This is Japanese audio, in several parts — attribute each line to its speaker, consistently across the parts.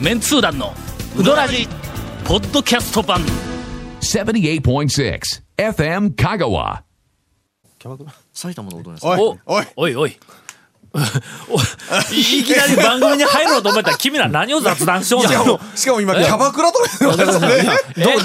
Speaker 1: メンツー団のウドラジポッドキャスト版
Speaker 2: 78.6 FM Kagawa.
Speaker 3: 埼玉のうどん屋さん
Speaker 4: おい
Speaker 1: お
Speaker 4: おい
Speaker 1: おいおい おいきなり番組に入ろうと思ったら君ら何を雑談しようなの
Speaker 4: しかも今キャバクラとか言ってますね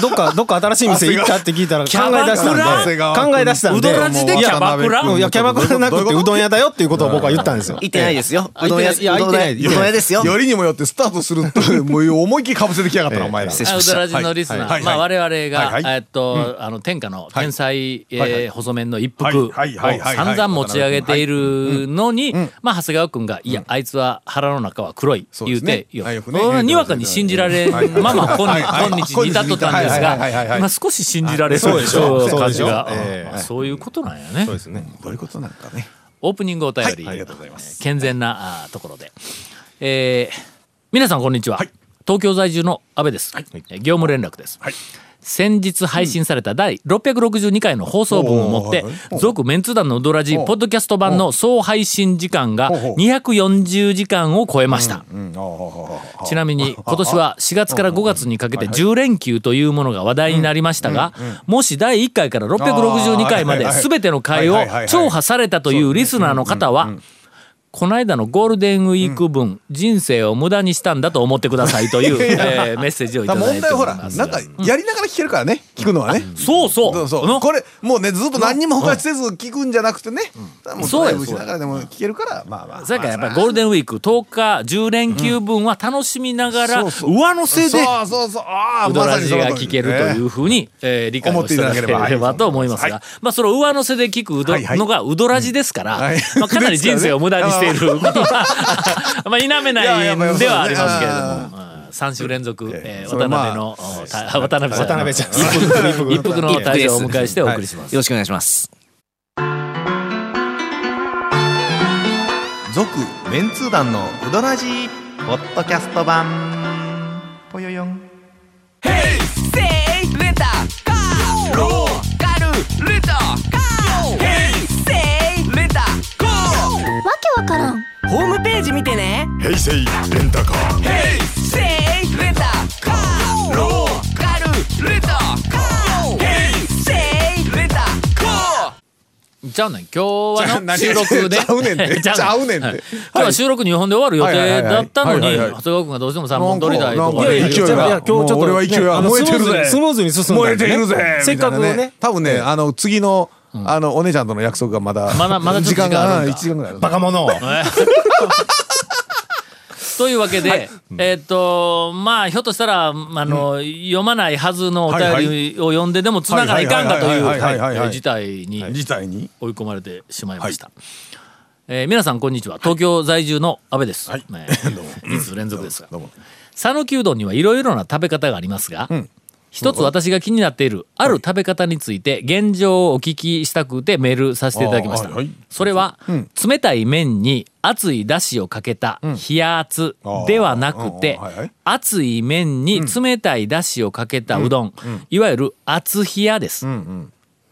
Speaker 5: どどっかどっか新しい店行ったって聞いたら考え出したん
Speaker 4: 長谷
Speaker 5: で
Speaker 4: 川君
Speaker 5: 考え出したん
Speaker 1: う
Speaker 5: で
Speaker 1: どらじでキャバクラ
Speaker 5: いやキャバクラなくてうどん屋だよっていうことを僕は言ったんですよ
Speaker 3: 行ってないですよ。
Speaker 5: あ
Speaker 3: うどん屋、
Speaker 5: 行ってないう
Speaker 3: どん
Speaker 5: いや
Speaker 3: 屋、う
Speaker 5: 行ってな
Speaker 3: どん屋ですよ。
Speaker 4: よりにもよってスタートするともう思いっきりかぶせてきやがったなお前ら
Speaker 3: 失礼
Speaker 1: あ
Speaker 3: し
Speaker 1: ウ
Speaker 3: ま
Speaker 1: ドラ
Speaker 3: した。
Speaker 1: ジのリスナー、
Speaker 4: はいはい
Speaker 1: まあ
Speaker 4: はい
Speaker 1: 我々が、
Speaker 4: はいはい
Speaker 1: えっと、あの天下の天才、えー
Speaker 4: はいはい
Speaker 1: 細麺の一服
Speaker 4: はい
Speaker 1: を
Speaker 4: はいはいはい
Speaker 1: 散々持ち上げているのに、まあ長谷川君が「いや、あいつは腹の中は黒い」
Speaker 4: そう
Speaker 1: 言う
Speaker 4: ですね
Speaker 1: ていや
Speaker 4: はいよくね
Speaker 1: これはにわかに信じられん
Speaker 4: はいはい
Speaker 1: まあまあ今
Speaker 4: はいはい
Speaker 1: 今日に至っとったんです
Speaker 4: はいはいはいはいは
Speaker 1: が
Speaker 4: い
Speaker 1: 今少し信じられる
Speaker 5: そうでしょ
Speaker 1: そう感じが
Speaker 5: そうでしょえ
Speaker 1: あ
Speaker 5: え
Speaker 1: そういうことなんやね
Speaker 5: そうですね
Speaker 4: どういうことなんかね
Speaker 1: オープニングお便り、
Speaker 4: はいありがとうございます
Speaker 1: 健全なあーところで、えー皆さんこんにちは、東京在住の阿部です、えー業務連絡です、先日配信された第662回の放送分をもって
Speaker 4: おーはいはい
Speaker 1: 続メンツ団のウドラジ
Speaker 4: おう
Speaker 1: ポッドキャスト版の総配信時間が
Speaker 4: ほうほう
Speaker 1: 240時間を超えました
Speaker 4: うんああああああ
Speaker 1: ちなみに今年は4月から5月にかけて10連休というものが話題になりましたがもし第1回から662回まで
Speaker 4: あーはいはいはい
Speaker 1: 全ての回を
Speaker 4: はいはいはいはい
Speaker 1: 調査されたというリスナーの方はこの間のゴールデンウィーク分人生を無駄にしたんだと思ってくださいと いうえーメッセージをい
Speaker 4: だ
Speaker 1: た
Speaker 4: から
Speaker 1: だい
Speaker 4: 問題
Speaker 1: て
Speaker 4: は
Speaker 1: お
Speaker 4: ほ
Speaker 1: り
Speaker 4: ら
Speaker 1: ま
Speaker 4: なん
Speaker 1: す
Speaker 4: かやりながら聞けるからね聞くのはね
Speaker 1: そうそう
Speaker 4: そうそ
Speaker 1: の
Speaker 4: うこれもうねずっと何にも他せず聞くんじゃなくてねもう
Speaker 1: そうや
Speaker 4: ドライブしながらでも聞けるからまあまあ
Speaker 1: それからやっぱりゴールデンウィーク10日10連休分は楽しみながら
Speaker 4: そうそう
Speaker 1: 上乗せで
Speaker 4: そうそうそうああ
Speaker 1: ウド
Speaker 4: まさ
Speaker 1: ラ
Speaker 4: に
Speaker 1: ジ
Speaker 4: その
Speaker 1: が
Speaker 4: 通り
Speaker 1: 聞けるというふうに、えー理解をしていただけれ
Speaker 4: 思っていただければ
Speaker 1: ば
Speaker 4: はい
Speaker 1: と思いますが、まあその上乗せで聞くうど
Speaker 4: はいはい
Speaker 1: のがウドラジですから、
Speaker 4: はい
Speaker 1: まあ、かなり人生を無駄にしていることはまあ否めないんではありますけれども。うん3週連続、えー
Speaker 4: それ
Speaker 1: 渡
Speaker 4: まあ
Speaker 1: 辺の、おた渡辺さん
Speaker 5: 渡辺ちゃん
Speaker 1: 一服一服の
Speaker 3: 一服
Speaker 1: 大
Speaker 3: で
Speaker 1: 将
Speaker 3: す
Speaker 1: をお迎えしてお送りします、
Speaker 3: よろしくお願いします。
Speaker 4: 続メンツー団のうどらじ
Speaker 3: ポッドキャスト版。ぽよよん。
Speaker 6: ホームページ見てね
Speaker 7: 平成レンタカー
Speaker 6: 「セイレタカー」「ローカルレタカー」「ヘイセイレタカー」
Speaker 1: じゃあね今日はの
Speaker 4: じ
Speaker 1: 収
Speaker 4: ゃ あ何
Speaker 1: 録で
Speaker 4: ちゃうねんて
Speaker 1: じゃあ
Speaker 4: ちゃうねんて
Speaker 1: はい今日は収録日本で終わる予定だったの
Speaker 4: はい
Speaker 1: に
Speaker 4: はいはいはいはいは
Speaker 1: 長
Speaker 4: い
Speaker 1: 谷川君がどうしても三本取りたいとか
Speaker 4: いやいや
Speaker 1: で
Speaker 4: 勢いが
Speaker 5: や今日ちょっと
Speaker 4: もう俺は勢いが
Speaker 5: ねあの
Speaker 4: 燃えてるぜ
Speaker 5: スムーズにスムーズに進んだん
Speaker 4: 燃え
Speaker 5: で
Speaker 4: て
Speaker 5: ね
Speaker 4: いるぜみたいな
Speaker 5: せっかくね
Speaker 4: 多分ねあの次のあのお姉ちゃんとの約束がまだ
Speaker 1: まだまだちょっと時間があるんか
Speaker 4: 1時間ぐらいある
Speaker 5: バカ者
Speaker 1: というわけで、えーっとまあひょっとしたらまああの、読まないはずのお
Speaker 4: はいは
Speaker 1: 便りを読んででもつながらいかんかという
Speaker 4: はいはいはいはいはいはい
Speaker 1: えー事態に
Speaker 4: 事態に
Speaker 1: 追い込まれてしまいました。えー皆さんこんにちは東京在住の阿部です、
Speaker 4: はい
Speaker 1: え ーいつ連続ですが
Speaker 4: どうも
Speaker 1: 讃岐うどんにはいろいろな食べ方がありますが、一つ私が気になっているある食べ方について現状をお聞きしたくてメールさせていただきました、
Speaker 4: あーはいはい
Speaker 1: それは、冷たい麺に熱いだしをかけた冷圧ではなくて、
Speaker 4: あーうんうんはいはい
Speaker 1: 熱い麺に冷たいだしをかけたうどん、いわゆる熱冷やです、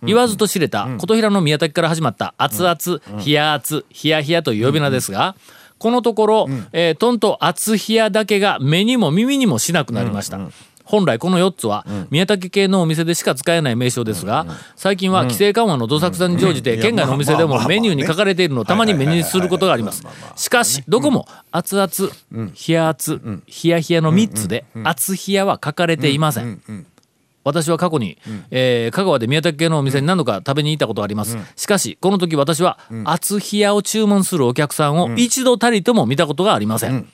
Speaker 1: 言わずと知れた琴平の宮崎から始まった熱々冷や熱冷や冷やという呼び名ですがこのところ、えーとんと熱冷やだけが目にも耳にもしなくなりました。本来この4つは宮崎系のお店でしか使えない名称ですが最近は規制緩和のどさくさに乗じて県外のお店でもメニューに書かれているのをたまに目にすることがありますしかしどこも熱々冷や熱冷や冷やの3つで熱冷やは書かれていません私は過去に、えー香川で宮崎系のお店に何度か食べに行ったことがあります、しかしこの時私は熱冷やを注文するお客さんを一度たりとも見たことがありません、えー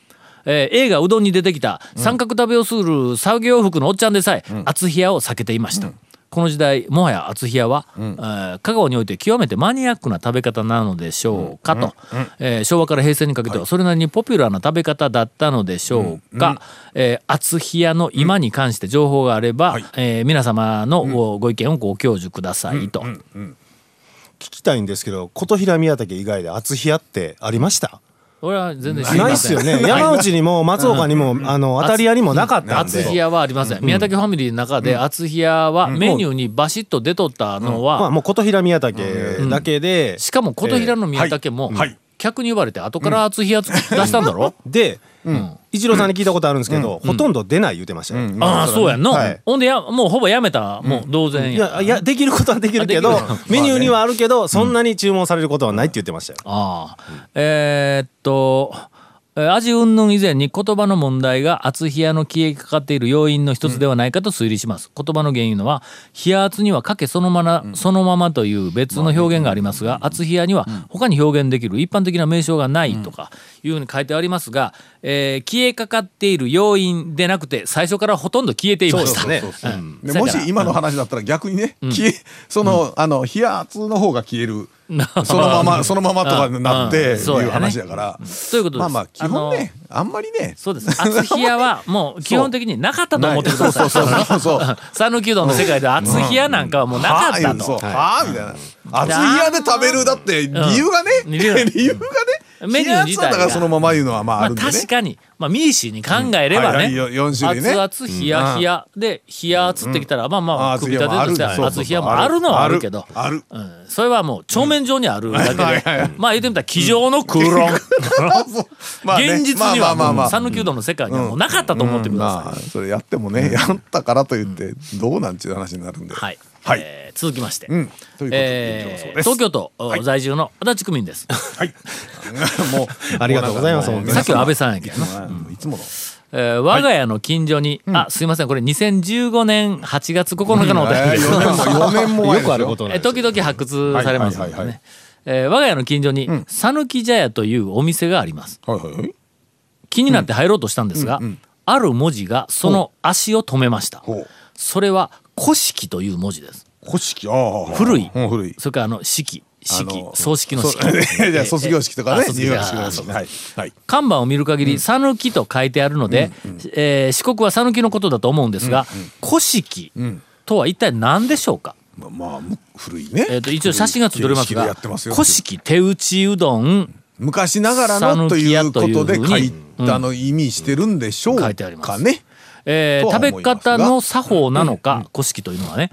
Speaker 1: 映画「うどん」に出てきた三角食べをする作業服のおっちゃんでさえ熱冷やを避けていました、この時代もはや厚冷やは、えー香川において極めてマニアックな食べ方なのでしょうかと、えー昭和から平成にかけてはそれなりにポピュラーな食べ方だったのでしょうか、えー厚冷やの今に関して情報があれば、えー皆様のごご意見をご教授くださいと、
Speaker 5: 聞きたいんですけど琴平宮武以外で厚冷やってありました
Speaker 1: 俺は全然知りません
Speaker 5: ないっすよね山内にも松岡にもあの当たり屋にもなかったん
Speaker 1: 厚冷
Speaker 5: で
Speaker 1: やはありません、宮崎ファミリーの中で厚冷やはメニューにバシッと出とったのは、
Speaker 5: まあもう琴平宮武だけで
Speaker 1: しかも琴平の宮武も、
Speaker 4: はい
Speaker 1: 客に呼ばれて後から厚冷やつ出したんだろ、
Speaker 5: で
Speaker 1: うん
Speaker 5: 一郎さんに聞いたことあるんですけど、ほとんど出ない言ってましたよ、
Speaker 4: うん
Speaker 1: ああそうやんの、
Speaker 5: はい
Speaker 1: ほんでやもうほぼやめたもう同然
Speaker 5: い
Speaker 1: や、
Speaker 5: やいやできることはできるけ
Speaker 1: あ
Speaker 5: ど
Speaker 1: でき
Speaker 5: メニューにはあるけどそんなに注文されることはないって言ってましたよ、
Speaker 1: ああえーっとえー味云々以前に言葉の問題が厚冷やの消えかかっている要因の一つではないかと推理します、言葉の原因のは冷圧にはかけそのまま、そのままという別の表現がありますが厚冷やには他に表現できる一般的な名称がないとかいうふうに書いてありますが、えー消えかかっている要因でなくて最初からほとんど消えていました
Speaker 5: そうですね
Speaker 1: うん
Speaker 4: で
Speaker 1: せや
Speaker 4: も
Speaker 1: から
Speaker 4: し今の話だったら逆にね、消えその、あの冷圧の方が消える そのままそのままとかになっ
Speaker 1: う
Speaker 4: てい
Speaker 1: んそうやね
Speaker 4: う話だから、
Speaker 1: ということです
Speaker 4: まあまあ基本ねあんまりね
Speaker 1: そうです。厚冷やはもう基本的になかったと思ってください。
Speaker 4: そうそうそう そうそう
Speaker 1: 讃岐うどんの世界で厚冷やなんかはもうなかった
Speaker 4: はあそう
Speaker 1: と。
Speaker 4: はあみたいな熱い部屋で食べるだって理由がね、
Speaker 1: うん
Speaker 4: 理由がね
Speaker 1: メニュー自体が
Speaker 4: 冷圧だからそのまま言うのはまあ
Speaker 1: ま
Speaker 4: あ
Speaker 1: あ
Speaker 4: るんでね、
Speaker 1: 確かに、まあミーシーに考えればね、
Speaker 4: うんはいはいよ四種類ね
Speaker 1: 熱々冷や冷やで冷や熱ってきたら、まあまあ
Speaker 4: あー
Speaker 1: 組み立てとして
Speaker 4: そうそう
Speaker 1: は
Speaker 4: そう
Speaker 1: 熱冷やもあるのはあるけど、
Speaker 4: ある
Speaker 1: うんそれはもう帳面上にあるだけで、
Speaker 4: はいはいはい
Speaker 1: まあ言ってみたら机上の空論、
Speaker 4: まあね
Speaker 1: 現実には
Speaker 4: まあまあま
Speaker 1: も
Speaker 4: あ
Speaker 1: う讃岐うどんの世界にはもうなかったと思ってください。
Speaker 4: まあそれやってもね、やったからといってどうなんちゅう話になるんでは
Speaker 1: はい、
Speaker 4: はい
Speaker 1: えー続きまして、
Speaker 4: うんということで以上
Speaker 1: えー
Speaker 4: そうです
Speaker 1: 東京都、在住の足立区民 です。
Speaker 4: はいもう
Speaker 5: ありがとうございます
Speaker 4: もうなんか
Speaker 1: さっきは安倍さんやけどな。
Speaker 4: うんいつもの
Speaker 1: えー我が家の近所に、あすいませんこれ2015年8月9日のお便りです。
Speaker 4: 4年も前ですよ
Speaker 5: よくあることなん
Speaker 1: え
Speaker 5: ですよ
Speaker 1: 時々発掘されますの
Speaker 4: はいはいはい
Speaker 1: で
Speaker 4: は
Speaker 1: ね。えー我が家の近所に讃岐茶屋というお店があります。
Speaker 4: はいはいはい
Speaker 1: 気になって入ろうとしたんですが、ある文字がその足を止めました
Speaker 4: ほう。
Speaker 1: それは古式という文字です。
Speaker 4: 古式ああ
Speaker 1: 古い
Speaker 4: うん古い
Speaker 1: それからあの式式
Speaker 4: あの
Speaker 1: 葬式の式。
Speaker 4: そう じゃあ卒業式とか
Speaker 1: えー
Speaker 4: ね
Speaker 1: あ卒
Speaker 4: 入
Speaker 1: 業
Speaker 4: 学式とかね
Speaker 1: あ
Speaker 4: はいはい
Speaker 1: 看板を見る限り「讃岐」と書いてあるので、えー四国は讃岐のことだと思うんですが「古式」とは一体何でしょうか、
Speaker 4: まあまあむ古いね
Speaker 1: えー、と一応写真が撮れます
Speaker 4: 古い形式でや
Speaker 1: が
Speaker 4: ってます
Speaker 1: 「
Speaker 4: よ
Speaker 1: 古式手打ちうどん
Speaker 4: 昔ながらのということで書いたの意味してるんでしょう
Speaker 1: 書いてありま
Speaker 4: か
Speaker 1: す
Speaker 4: ね。」
Speaker 1: えー
Speaker 4: とは思い
Speaker 1: 食べ
Speaker 4: ますが
Speaker 1: 方の作法なのか「古式」というのはね、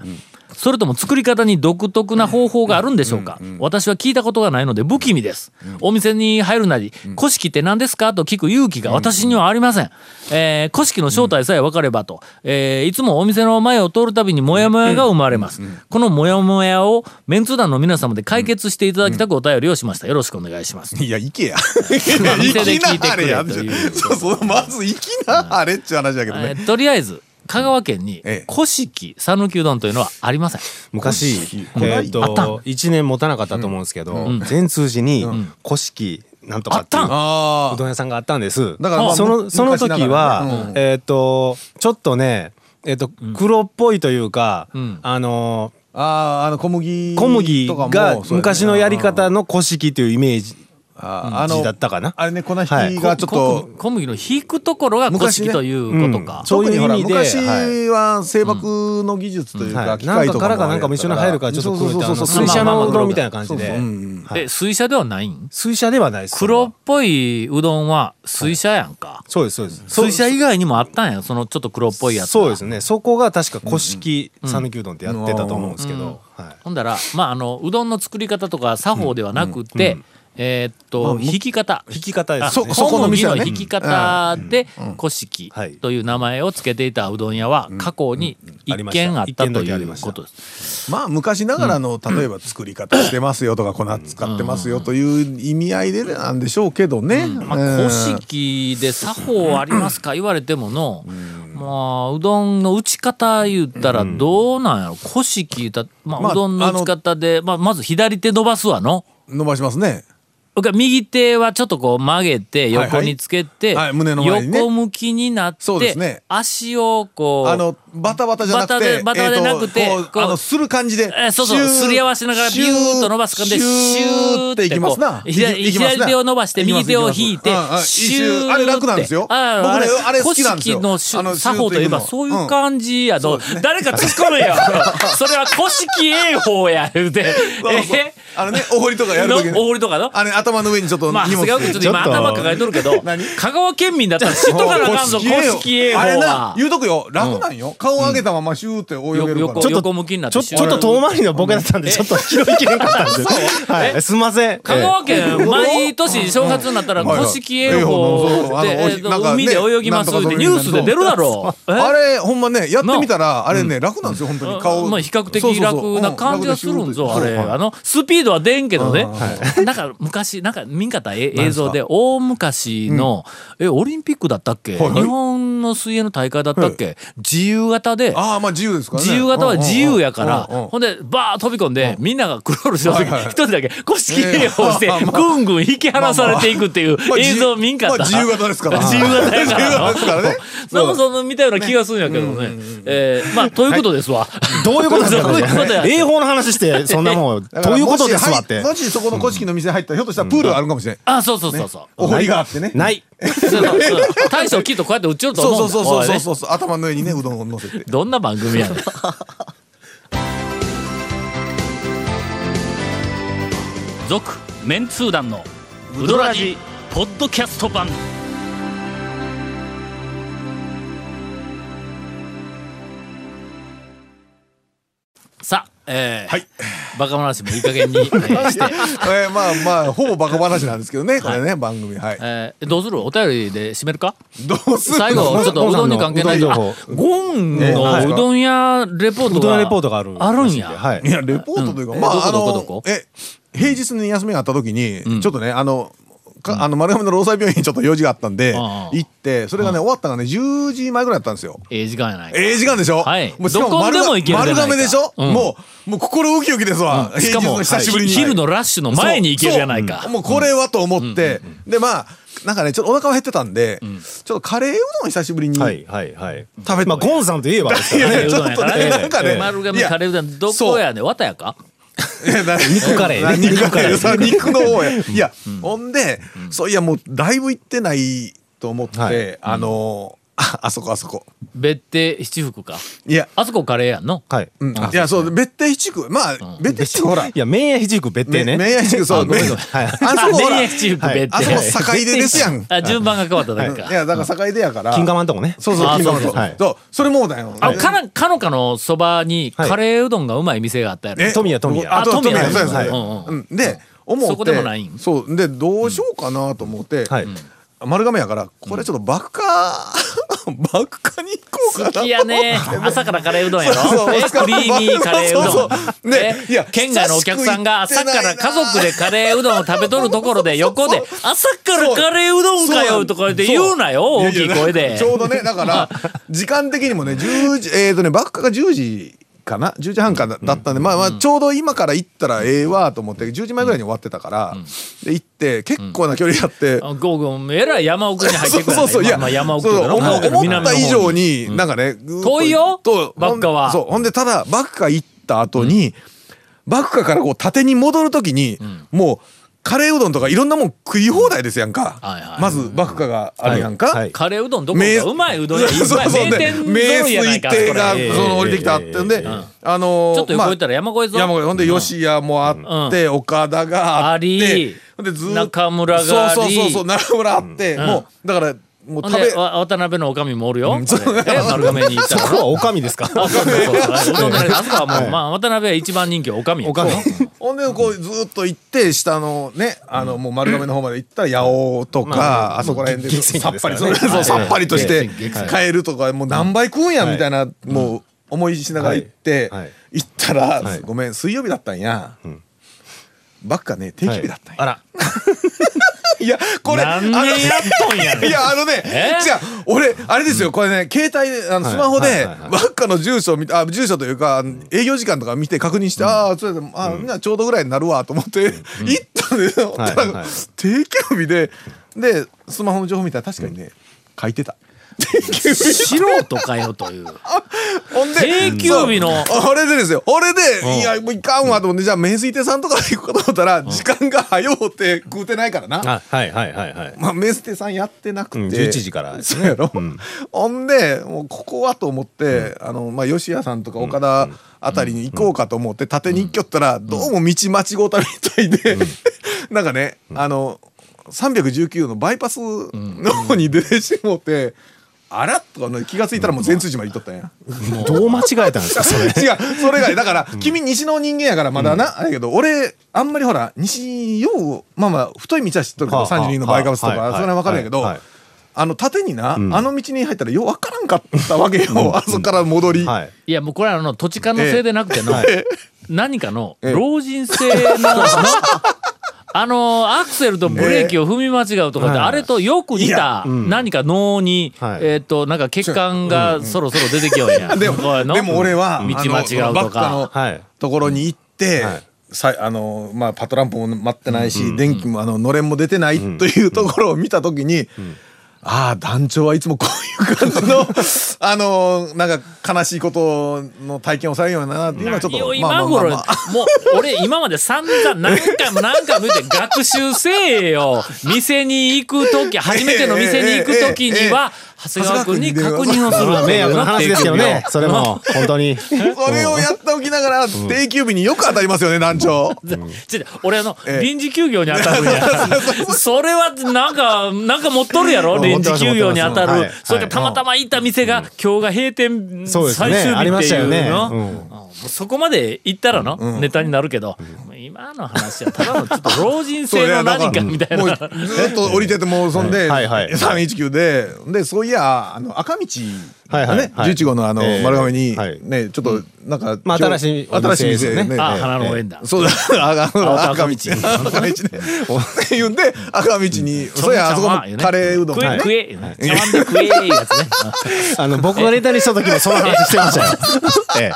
Speaker 1: それとも作り方に独特な方法があるんでしょうか、私は聞いたことがないので不気味です、お店に入るなり「古式って何ですか?」と聞く勇気が私にはありません、えー古式の正体さえ分かればと、えーいつもお店の前を通るたびにモヤモヤが生まれます、このモヤモヤをメンツー団の皆様で解決していただきたくお便りをしましたよろしくお願いします、
Speaker 4: いや、行 けや。
Speaker 1: まあ
Speaker 4: 行
Speaker 1: 店で
Speaker 4: き
Speaker 1: 聞いて
Speaker 4: なは
Speaker 1: くれ
Speaker 4: れや
Speaker 1: ということ
Speaker 4: そうそう、まず行きなはれっちゅう話だけど
Speaker 1: え
Speaker 4: ね。
Speaker 1: ーとりあえず香川県に
Speaker 4: ええ
Speaker 1: 古式讃岐うどんというのはありません
Speaker 5: 昔、えー、
Speaker 1: あったん
Speaker 5: と1年持たなかったと思うんですけど、全通寺に古式なんとかってい
Speaker 1: あ
Speaker 5: う
Speaker 1: っ
Speaker 5: う
Speaker 1: た
Speaker 4: あ
Speaker 5: どん屋さんがあったんです
Speaker 4: だからまあ
Speaker 5: その
Speaker 4: 昔
Speaker 5: その時は、
Speaker 4: ながらね
Speaker 5: えっ、とちょっとねえっ、と黒っぽいというか、
Speaker 1: ん
Speaker 5: あの
Speaker 4: あ。ああ、あの小麦
Speaker 5: ー小麦
Speaker 4: とかも
Speaker 5: が
Speaker 4: そうやね
Speaker 5: 昔のやり方の古式というイメージ
Speaker 4: ああ
Speaker 5: 字だ
Speaker 4: の
Speaker 5: っ、たかな
Speaker 4: あれね、粉引き
Speaker 1: こ
Speaker 4: がちょっと
Speaker 1: 小。麦小麦の引くところが古式
Speaker 4: 昔ね
Speaker 1: ということか、
Speaker 5: そういう意味で
Speaker 4: 特にほら昔は製箔の技術という
Speaker 5: は
Speaker 4: か
Speaker 5: い
Speaker 4: 機械とか
Speaker 5: なんかから
Speaker 4: も
Speaker 5: か
Speaker 4: あ
Speaker 5: な
Speaker 4: れ
Speaker 5: んかも一緒に入るからちょっと
Speaker 4: そう
Speaker 5: 食
Speaker 4: そうう
Speaker 5: た
Speaker 4: そ
Speaker 5: あ
Speaker 4: うそ
Speaker 5: の
Speaker 4: う
Speaker 5: 水車のうどんみたいな感じで
Speaker 4: そうそううん
Speaker 5: はい
Speaker 1: え水車ではないん
Speaker 5: 水車ではないです
Speaker 1: 黒っぽいうどんは水車やんか、
Speaker 5: そうですそうです
Speaker 1: 水車以外にもあったんやそのちょっと黒っぽいやつ
Speaker 5: そうですねそこが確か古式讃岐うどんってやってたと思うんですけど、はい
Speaker 1: ほんだらまああのうどんの作り方とか作法ではなくて、えーっと引き方
Speaker 5: 引き方で
Speaker 1: あ
Speaker 5: す
Speaker 1: 小
Speaker 5: ね
Speaker 4: そこの
Speaker 1: 麦
Speaker 4: 店は
Speaker 1: の
Speaker 4: ね
Speaker 1: 引き方で古式
Speaker 5: はい
Speaker 1: という名前を付けていたうどん屋は過去に
Speaker 5: あ
Speaker 1: 一
Speaker 5: りました
Speaker 1: 軒あった
Speaker 5: 一軒だ
Speaker 1: と
Speaker 5: け
Speaker 1: い
Speaker 5: あり
Speaker 1: う
Speaker 5: ました
Speaker 1: ことです。
Speaker 4: まあ昔ながらの例えば作り方してますよとか粉使ってますよという意味合いでなんでしょうけどね。
Speaker 1: まあ、古式で作法ありますか言われてもの、まあ、うどんの打ち方言ったらどうなんやろ古式だ、ま
Speaker 4: ま
Speaker 1: あ、
Speaker 4: あ
Speaker 1: うどんの打ち方で、まあ、まず左手伸ばすわの。
Speaker 4: 伸ばしますね。
Speaker 1: それから右手はちょっとこう曲げて
Speaker 4: はいはい
Speaker 1: 横につけて、
Speaker 4: はい胸の前にね
Speaker 1: 横向きになっ
Speaker 4: そうで
Speaker 1: て、
Speaker 4: すね
Speaker 1: 足をこう
Speaker 4: あのバタバタじゃなくて
Speaker 1: バタでバタじゃなくて
Speaker 4: えーと
Speaker 1: こ
Speaker 4: こ
Speaker 1: う
Speaker 4: うあのする感じで
Speaker 1: えーそうそう
Speaker 4: シュー
Speaker 1: すり合わせながらビューッと伸ばす感じで
Speaker 4: シューっていきますな
Speaker 1: シューってこう左
Speaker 4: いきますな
Speaker 1: 左手を伸ばして
Speaker 4: いきます
Speaker 1: 右手を引いて
Speaker 4: きますうんうん
Speaker 1: シューって
Speaker 4: あれ楽なんですよ僕ね
Speaker 1: ああれ
Speaker 4: あれ好きなんですよ
Speaker 1: 古式
Speaker 4: あ
Speaker 1: の
Speaker 4: の
Speaker 1: 手作法といえば
Speaker 4: シュー
Speaker 1: そ
Speaker 4: っていううの
Speaker 1: いう感じ やと、誰か突っ込めよそれは古式英法や言うてえ
Speaker 4: あのねお堀とかやる
Speaker 1: の
Speaker 4: とき
Speaker 1: お堀とかの
Speaker 4: あれ頭の上にちょっと
Speaker 1: まあ
Speaker 4: 荷
Speaker 1: 長
Speaker 4: 物
Speaker 1: 谷川君ちょっと今
Speaker 5: ちょっと
Speaker 1: 頭抱えとるけど
Speaker 4: 何
Speaker 1: 香川県民だったら知っとかなあかんぞ
Speaker 4: 腰冷えよ
Speaker 1: 古式英語
Speaker 4: あれな
Speaker 1: は
Speaker 4: 言うとくよ楽なんよ、顔を上げたままシューって泳げるから
Speaker 1: 横横向きになっ
Speaker 5: ちょ
Speaker 1: て
Speaker 5: ちょっと遠回りのボケだったんで、ちょっと拾いきれんかった んで。はい、すんません。
Speaker 1: 香川県毎年正月になったら
Speaker 4: はいはい
Speaker 1: 古式英語
Speaker 4: あ
Speaker 1: で
Speaker 4: の
Speaker 1: えー
Speaker 4: なんか
Speaker 1: と
Speaker 4: ね
Speaker 1: 海で泳ぎますっ
Speaker 4: なんと
Speaker 1: て
Speaker 4: か
Speaker 1: ニュースで出るだろう。え
Speaker 4: あれほんまねやってみたらあれね楽なんですよ本当に顔
Speaker 1: まあ比較
Speaker 4: そう
Speaker 1: 的
Speaker 4: そうそう
Speaker 1: 楽な感じがするんぞ、
Speaker 4: う
Speaker 1: あれ。
Speaker 4: そう
Speaker 1: あの、スピードは出んけどね。なんか昔、なんか見んかったえ映像で、大昔の、え、オリンピックだったっけ日
Speaker 4: はいはい
Speaker 1: 本の水泳の大会だったっけ自由形で、
Speaker 4: ああまあ自由ですからね
Speaker 1: 自由形は自由やから、
Speaker 4: うんうんうん
Speaker 1: ほんで、バーッ飛び込んで、みんながクロールしてる時、
Speaker 4: はいはい
Speaker 1: 一人だけ古式栄養して、
Speaker 4: ええ
Speaker 1: ぐんぐん引き離されていくっていう
Speaker 4: まあ自由
Speaker 1: 映像見んかった。
Speaker 4: まあ自由形ですから
Speaker 1: 自由形やからな。
Speaker 4: 自由形ですからね
Speaker 1: なんかその見たような気がするんやけどね。えーまあ、ということですわ。
Speaker 5: どういうことです
Speaker 1: どういうことや
Speaker 5: か英法の話して、そんなもん、
Speaker 4: だから
Speaker 5: ということですわって
Speaker 4: もし。はいもしそこの古式の店入ったらひょっとしたらプールあるかもしれない、
Speaker 1: あ、そうそうそうそう。
Speaker 4: お堀があってね
Speaker 5: ない。
Speaker 1: そうそうそう大将きっとこうやって打ちよると
Speaker 4: そう
Speaker 1: 思
Speaker 4: そううん
Speaker 1: だ
Speaker 4: そうそう
Speaker 1: おいうね
Speaker 4: そそう頭の上にねうどんを乗せて
Speaker 1: どんな番組やねん 続メンツー団のウドラジポッドキャスト版さあえー
Speaker 4: はい
Speaker 1: バカ話もいい加減 に、えーして
Speaker 4: えーまあまあほぼバカ話なんですけどねこれね番組はい
Speaker 1: えーどうするお便りで締めるか
Speaker 4: どうする
Speaker 1: 最後ちょっとうどんに関係ない
Speaker 5: どう
Speaker 1: 情
Speaker 5: ぞ
Speaker 1: 報ゴン
Speaker 4: えはい
Speaker 1: のうどん屋レポートが
Speaker 5: うどん屋レポートがある。
Speaker 1: あるんや
Speaker 5: はい
Speaker 4: い。や、レポートというか、
Speaker 1: うん
Speaker 4: まあ、
Speaker 1: え
Speaker 4: あ
Speaker 1: どこどこどこ
Speaker 4: の、え、平日に休みがあった時に、ちょっとね、あの、かあの丸亀の労災病院にちょっと用事があったんで、
Speaker 1: ああ
Speaker 4: 行って、それがね、終わったのがね、10時前ぐらいだったんですよ。
Speaker 1: ええ時間やないか
Speaker 4: ええ時間でしょ
Speaker 1: はい
Speaker 4: もうしか
Speaker 1: ど
Speaker 4: も
Speaker 1: こで
Speaker 4: 丸
Speaker 1: も
Speaker 4: が
Speaker 1: 行けるじゃない
Speaker 4: 丸
Speaker 1: か
Speaker 4: 亀でしょ、
Speaker 1: うん
Speaker 4: もう、もう心ウキウキですわ。
Speaker 1: し
Speaker 4: 平
Speaker 1: か
Speaker 4: 日
Speaker 1: も
Speaker 4: の久しぶりに。
Speaker 1: ひ昼のラッシュの前に行けるやないか
Speaker 4: そうもうこれはと思って、で、まあ、なんかね、ちょっとお腹は減ってたんで、ちょっとカレーうどんを久しぶりに。
Speaker 5: はい、はい、はい。
Speaker 4: 食べて
Speaker 5: まあ、ゴンさんといえばです
Speaker 4: い
Speaker 5: から
Speaker 4: やいや、
Speaker 5: ね
Speaker 4: ちょっとね、
Speaker 5: ええ
Speaker 4: なんか
Speaker 5: え
Speaker 4: ね。
Speaker 5: え
Speaker 1: 丸亀
Speaker 4: いや
Speaker 1: カレーうどんどこやねわたやか
Speaker 4: 肉
Speaker 5: カレーね
Speaker 4: 肉カレー
Speaker 5: 肉
Speaker 4: さ肉の方やいや、ほんで、そういやもうだいぶ行ってないと思って、
Speaker 5: はい
Speaker 4: あのーああそこあそこ
Speaker 1: 別邸七福か
Speaker 4: いや、
Speaker 1: あそこカレーやんの
Speaker 5: はい。
Speaker 4: うん、いやそう別邸七区まあ、別邸七区ほら
Speaker 5: いや、麺屋ひじく別邸ね。
Speaker 4: 麺屋七区そう
Speaker 5: あごめんごめん
Speaker 4: 麺
Speaker 5: はい
Speaker 4: あそこほら
Speaker 1: 名七福別
Speaker 4: あそ
Speaker 1: 邸
Speaker 4: こ坂出ですや ん
Speaker 1: あ順番が変わっただけ
Speaker 4: い
Speaker 1: か
Speaker 4: やだから境出やから
Speaker 5: 金釜んとこね。
Speaker 4: そうそう
Speaker 1: あ
Speaker 4: 金
Speaker 1: そう
Speaker 4: 玉
Speaker 1: そう
Speaker 4: そう,、
Speaker 5: はい
Speaker 4: そうそれもうだよ
Speaker 1: あかなかのかのそばに
Speaker 5: はい
Speaker 1: カレーうどんがうまい店があったやろ
Speaker 4: え
Speaker 5: 富谷富谷。
Speaker 1: あ
Speaker 4: あと
Speaker 1: 富谷
Speaker 4: そうです
Speaker 5: はい
Speaker 1: うんうん
Speaker 4: うんで思って
Speaker 1: そこでもないん
Speaker 4: そうでどうしようかなと思って、
Speaker 5: はい。
Speaker 4: 丸亀やからこれちょっと爆カ爆カに行こうかな
Speaker 1: 好
Speaker 4: と
Speaker 1: き
Speaker 4: 思って
Speaker 1: や ね朝からカレーうどんやろ
Speaker 4: そうそう
Speaker 1: え
Speaker 4: お疲
Speaker 1: ク
Speaker 4: れ
Speaker 1: リーミーカレーう
Speaker 4: そ
Speaker 1: ど
Speaker 4: うそうんねい
Speaker 1: え
Speaker 4: や
Speaker 1: 県外のお客さんが朝から家族でカレーうどんを食べとるところで横 で「朝からカレーうどんかよ」とか言って言うなよ大きい声
Speaker 4: やや
Speaker 1: で
Speaker 4: ちょうどね だから時間的にもね10時えっ、とねバッカが10時かな10時半かだだったんで、まあまあちょうど今から行ったらええわと思って10時前ぐらいに終わってたから、で行って結構な距離やって、
Speaker 1: ゴーゴンえらい山奥に入っ
Speaker 4: そ
Speaker 1: て
Speaker 4: う
Speaker 1: くる
Speaker 4: そうそういや、
Speaker 1: まあ、山奥
Speaker 4: そう
Speaker 1: とか
Speaker 4: 思
Speaker 1: な
Speaker 4: った思った以上に、なんかねぐーっと
Speaker 1: 遠いよ
Speaker 4: と
Speaker 1: バッカは
Speaker 4: ほんそうほんでただバッカ行った後に、バッカからこう縦に戻る時に、もうカレーうどんとかいろんなもん食い放題ですやんか、
Speaker 1: はいはい
Speaker 4: まずバッカがあるやんか、
Speaker 5: はいはい
Speaker 1: カレーうどんどころかうまいうどんやいっ
Speaker 4: そう
Speaker 1: ぱ
Speaker 4: そう
Speaker 1: い
Speaker 4: そう
Speaker 1: 名
Speaker 4: で
Speaker 1: 店
Speaker 4: 名
Speaker 1: ぞろやない
Speaker 4: 水
Speaker 1: か
Speaker 4: 亭が
Speaker 1: それ
Speaker 4: その降りてきたってんで、
Speaker 5: えええええ
Speaker 4: あのー
Speaker 1: ちょっと横行ったら山越えぞ
Speaker 4: 山越えほんで吉谷もあって、岡田があって
Speaker 1: あり
Speaker 4: ほんでずーっと
Speaker 1: 中村があり
Speaker 4: そうそうそうそう中村あって、
Speaker 1: ん
Speaker 4: もうだからもう
Speaker 1: ほん
Speaker 4: 食
Speaker 1: で
Speaker 4: べ
Speaker 1: わ渡辺のおかみもおるよ、
Speaker 4: そう
Speaker 1: これえ丸亀に行った
Speaker 5: そ
Speaker 1: ら
Speaker 5: こはおかみですか
Speaker 1: あそうそうそううどんのあれあそこはもう、まあ、渡辺は一番人気おかみや
Speaker 5: おかみ。
Speaker 4: ほんでこうずっと行って下のねあのもう丸亀の方まで行ったら八尾とかあそこら辺で
Speaker 5: 激戦
Speaker 4: さ
Speaker 5: 区
Speaker 4: っ
Speaker 5: です
Speaker 4: ぱ
Speaker 5: か
Speaker 4: り
Speaker 5: ら
Speaker 4: そう
Speaker 5: ね
Speaker 4: そう
Speaker 5: はい
Speaker 4: さっぱりとして
Speaker 1: 激戦
Speaker 4: 帰るとかもう何倍食うんや
Speaker 5: はい
Speaker 4: みたいなもう思いしながら行って
Speaker 5: はいはい
Speaker 4: 行ったら
Speaker 5: はい
Speaker 4: ごめん水曜日だったんやばっかね定期日だったんや
Speaker 5: あら。
Speaker 4: いやこれあ
Speaker 1: 何
Speaker 4: の
Speaker 1: 年やっとんやねん
Speaker 4: いやあのね
Speaker 1: え
Speaker 4: じゃあ俺あれですよこれね携帯であの
Speaker 5: はい
Speaker 4: スマホで
Speaker 5: はいはいはい
Speaker 4: ばっかの住所を見てあ住所というか営業時間とか見て確認してああそうやあみんなちょうどぐらいになるわと思って 行ったんですよ
Speaker 5: はいはい
Speaker 4: 定休日ででスマホの情報見たら確かにね書いてた
Speaker 1: 素人かよという。
Speaker 4: ほんで
Speaker 1: 定休日の
Speaker 4: そうあれでですよ俺
Speaker 1: うん
Speaker 4: でいやもういかんわと思ってじゃあ名水亭さんとか行くかと思ったら時間が早うて食うてないからな
Speaker 5: あはいはいはいはい
Speaker 4: まあ名水亭さんやってなくて
Speaker 5: うん11時からです
Speaker 4: そうやろほんでもうここはと思ってあのまあ吉谷さんとか岡田あたりに行こうかと思って縦に行きよったらどうも道間違うたみたいで なんかねあの319のバイパスの方に出てしもうてあらっとかね気がついたらもう全通じまで行っとったんや。
Speaker 5: どう間違えたんで す かそれ
Speaker 4: 違うそれがだから君西の人間やからまだなあれやけど俺あんまりほら西ようまあまあ太い道は知っとるけど
Speaker 5: はあはあ
Speaker 4: 32のバイカブスとかそ
Speaker 5: は
Speaker 4: れ
Speaker 5: いはい
Speaker 4: は分かるんやけど
Speaker 5: はいはい
Speaker 4: あの縦になあの道に入ったらよう分からんかったわけよ あそこから戻り
Speaker 5: はい
Speaker 1: いやもうこれはあの土地勘のせいでなくての、何かの老人性の、のあのアクセルとブレーキを踏み間違うとかって、
Speaker 5: ええ
Speaker 1: あれとよく似た何か脳に、
Speaker 5: はい
Speaker 1: えっ、となんか血管がそろそろ出てきようんや。
Speaker 4: でも
Speaker 1: こういうの
Speaker 4: でも俺は
Speaker 1: うん道
Speaker 4: あの
Speaker 1: 間違う
Speaker 4: バ
Speaker 1: と
Speaker 4: ッカの
Speaker 1: か。
Speaker 5: はい
Speaker 4: ところに行って、
Speaker 5: はい
Speaker 4: さあのまあ、パトランプも待ってないし、電気もあののれんも出てないというところを見た時に、ああ団長はいつもこういう感じのあのなんか悲しいことの体験をされるようななっていうのはちょっ
Speaker 1: 何を
Speaker 4: とま
Speaker 1: 今
Speaker 4: あまあまあ
Speaker 1: 頃、
Speaker 4: まあ
Speaker 1: もう俺今まで散々何回も何回も言って学習せえよ店に行く時初めての店に行く時には長谷川君に確認をする
Speaker 5: まあ迷惑な話ですけどねそれも本当に
Speaker 4: それをやっておきながら定休日によく当たりますよね団長。
Speaker 1: ちょっと俺あの、
Speaker 4: ええ
Speaker 1: 臨時休業に当たるん やそれはなんかなんか持っとるやろ
Speaker 5: うん
Speaker 1: 臨時休業に当たる、
Speaker 5: 持ってます持ってます
Speaker 1: それからたまたまいた店が、今日が閉店
Speaker 5: そうです
Speaker 1: 最
Speaker 5: ね
Speaker 1: 終
Speaker 5: あ
Speaker 1: 日
Speaker 5: り
Speaker 1: っ
Speaker 5: ま
Speaker 1: て
Speaker 5: した
Speaker 1: い
Speaker 5: よ
Speaker 1: う
Speaker 5: ね
Speaker 1: の
Speaker 5: うん
Speaker 1: そこまで行ったらの、ネタになるけど、もう今の話はただのちょっと老人性の何かみたい
Speaker 4: もう
Speaker 1: な。
Speaker 4: ずっと降りててもそんで
Speaker 5: はいはいはい
Speaker 4: 319ででそういやあの赤道
Speaker 5: はいはい
Speaker 4: ね
Speaker 5: はい
Speaker 4: 11号のあの
Speaker 5: ええ
Speaker 4: 丸亀に
Speaker 5: はい
Speaker 4: ねちょっとなんか
Speaker 5: まあ新しいお
Speaker 4: 新しい
Speaker 5: 店です
Speaker 4: 店
Speaker 5: よね
Speaker 4: ね
Speaker 1: あ、
Speaker 5: ええ
Speaker 1: 花の応援だ。
Speaker 4: そうだあの
Speaker 1: あ
Speaker 4: 赤
Speaker 1: 赤
Speaker 4: 道
Speaker 1: 道
Speaker 4: 赤道ね言うんで赤道にそういやあそこのカレーうどん
Speaker 1: 食え、
Speaker 4: ね
Speaker 1: 食え、茶碗で食え、 やつね。
Speaker 5: あの僕がレターにした時もその話してましたよえ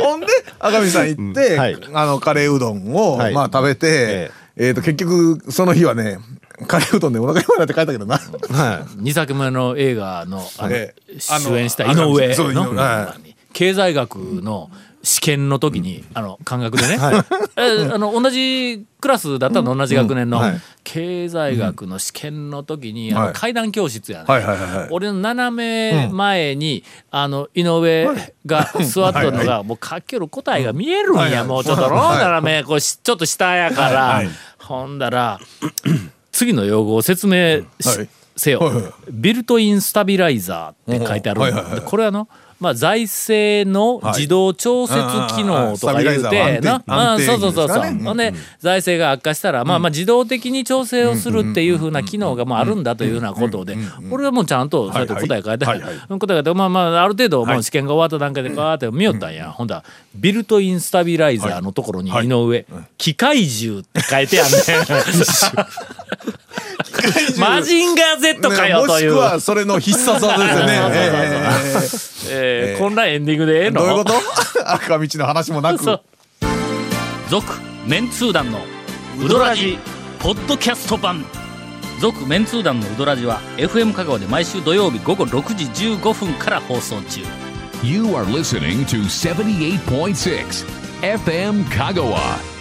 Speaker 5: え
Speaker 4: ほんで赤道さん行っ
Speaker 5: うんは
Speaker 4: て
Speaker 5: い
Speaker 4: あのカレーうどんを
Speaker 5: はい
Speaker 4: まあ食べて
Speaker 5: え
Speaker 4: えーと結局その日はねカレーうどんでお腹いっぱいになって帰ったけどな。
Speaker 5: は
Speaker 1: 2作目の映画のあの
Speaker 4: ええあの
Speaker 1: 主演した井上
Speaker 4: そう井上
Speaker 1: の
Speaker 4: は
Speaker 1: 経済学の試験の時にあの感覚でね、えーあの同じクラスだったの同じ学年の
Speaker 4: はい
Speaker 1: 経済学の試験の時にあ
Speaker 4: は
Speaker 1: の
Speaker 4: い
Speaker 1: 階段教室やね
Speaker 4: はいはいはいはい
Speaker 1: 俺の斜め前にあの井上が座っとるのがもうかける答えが見えるん
Speaker 4: はいは
Speaker 1: や
Speaker 4: い
Speaker 1: もうちょっとの
Speaker 4: はい
Speaker 1: 斜めこうしちょっと下やからほんだら 次の用語を説明し
Speaker 4: はい
Speaker 1: せよ、
Speaker 4: はいはい
Speaker 1: ビルトインスタビライザーって書いてある、
Speaker 4: うんはいはいはい
Speaker 1: でこれあの、まあ、財政の自動調節機能とか
Speaker 4: はい
Speaker 1: 言うて、なうん
Speaker 4: あーあーあースタビライザーは安定安定
Speaker 1: そうそうそうそう、
Speaker 4: ですかね
Speaker 1: ほんで財政が悪化したら、まあ、まあ自動的に調整をするっていうふうな機能がまああるんだというようなことで、俺はもうちゃんとそうやって答え書いて、
Speaker 4: はいはい
Speaker 1: うん答え書いてまあまあある程度もう試験が終わった段階でバーって見よったんや、ほんだらビルトインスタビライザーのところに井上、機械銃って書いてあ んねんマジンガー Z かよ
Speaker 4: ね
Speaker 1: と
Speaker 4: もし
Speaker 1: い
Speaker 4: く
Speaker 1: う。
Speaker 4: はそれの必殺技ですよね
Speaker 1: そうそうそうそう
Speaker 4: えー。
Speaker 1: えーこんなエンディングでええの
Speaker 4: どういうこと 赤道の話もなく。
Speaker 1: そう続メンツー団のウドラジポッドキャスト版続メンツー団のウドラジは FM 香川で毎週土曜日午後6時15分から放送中
Speaker 2: You are listening to 78.6 FM Kagawa.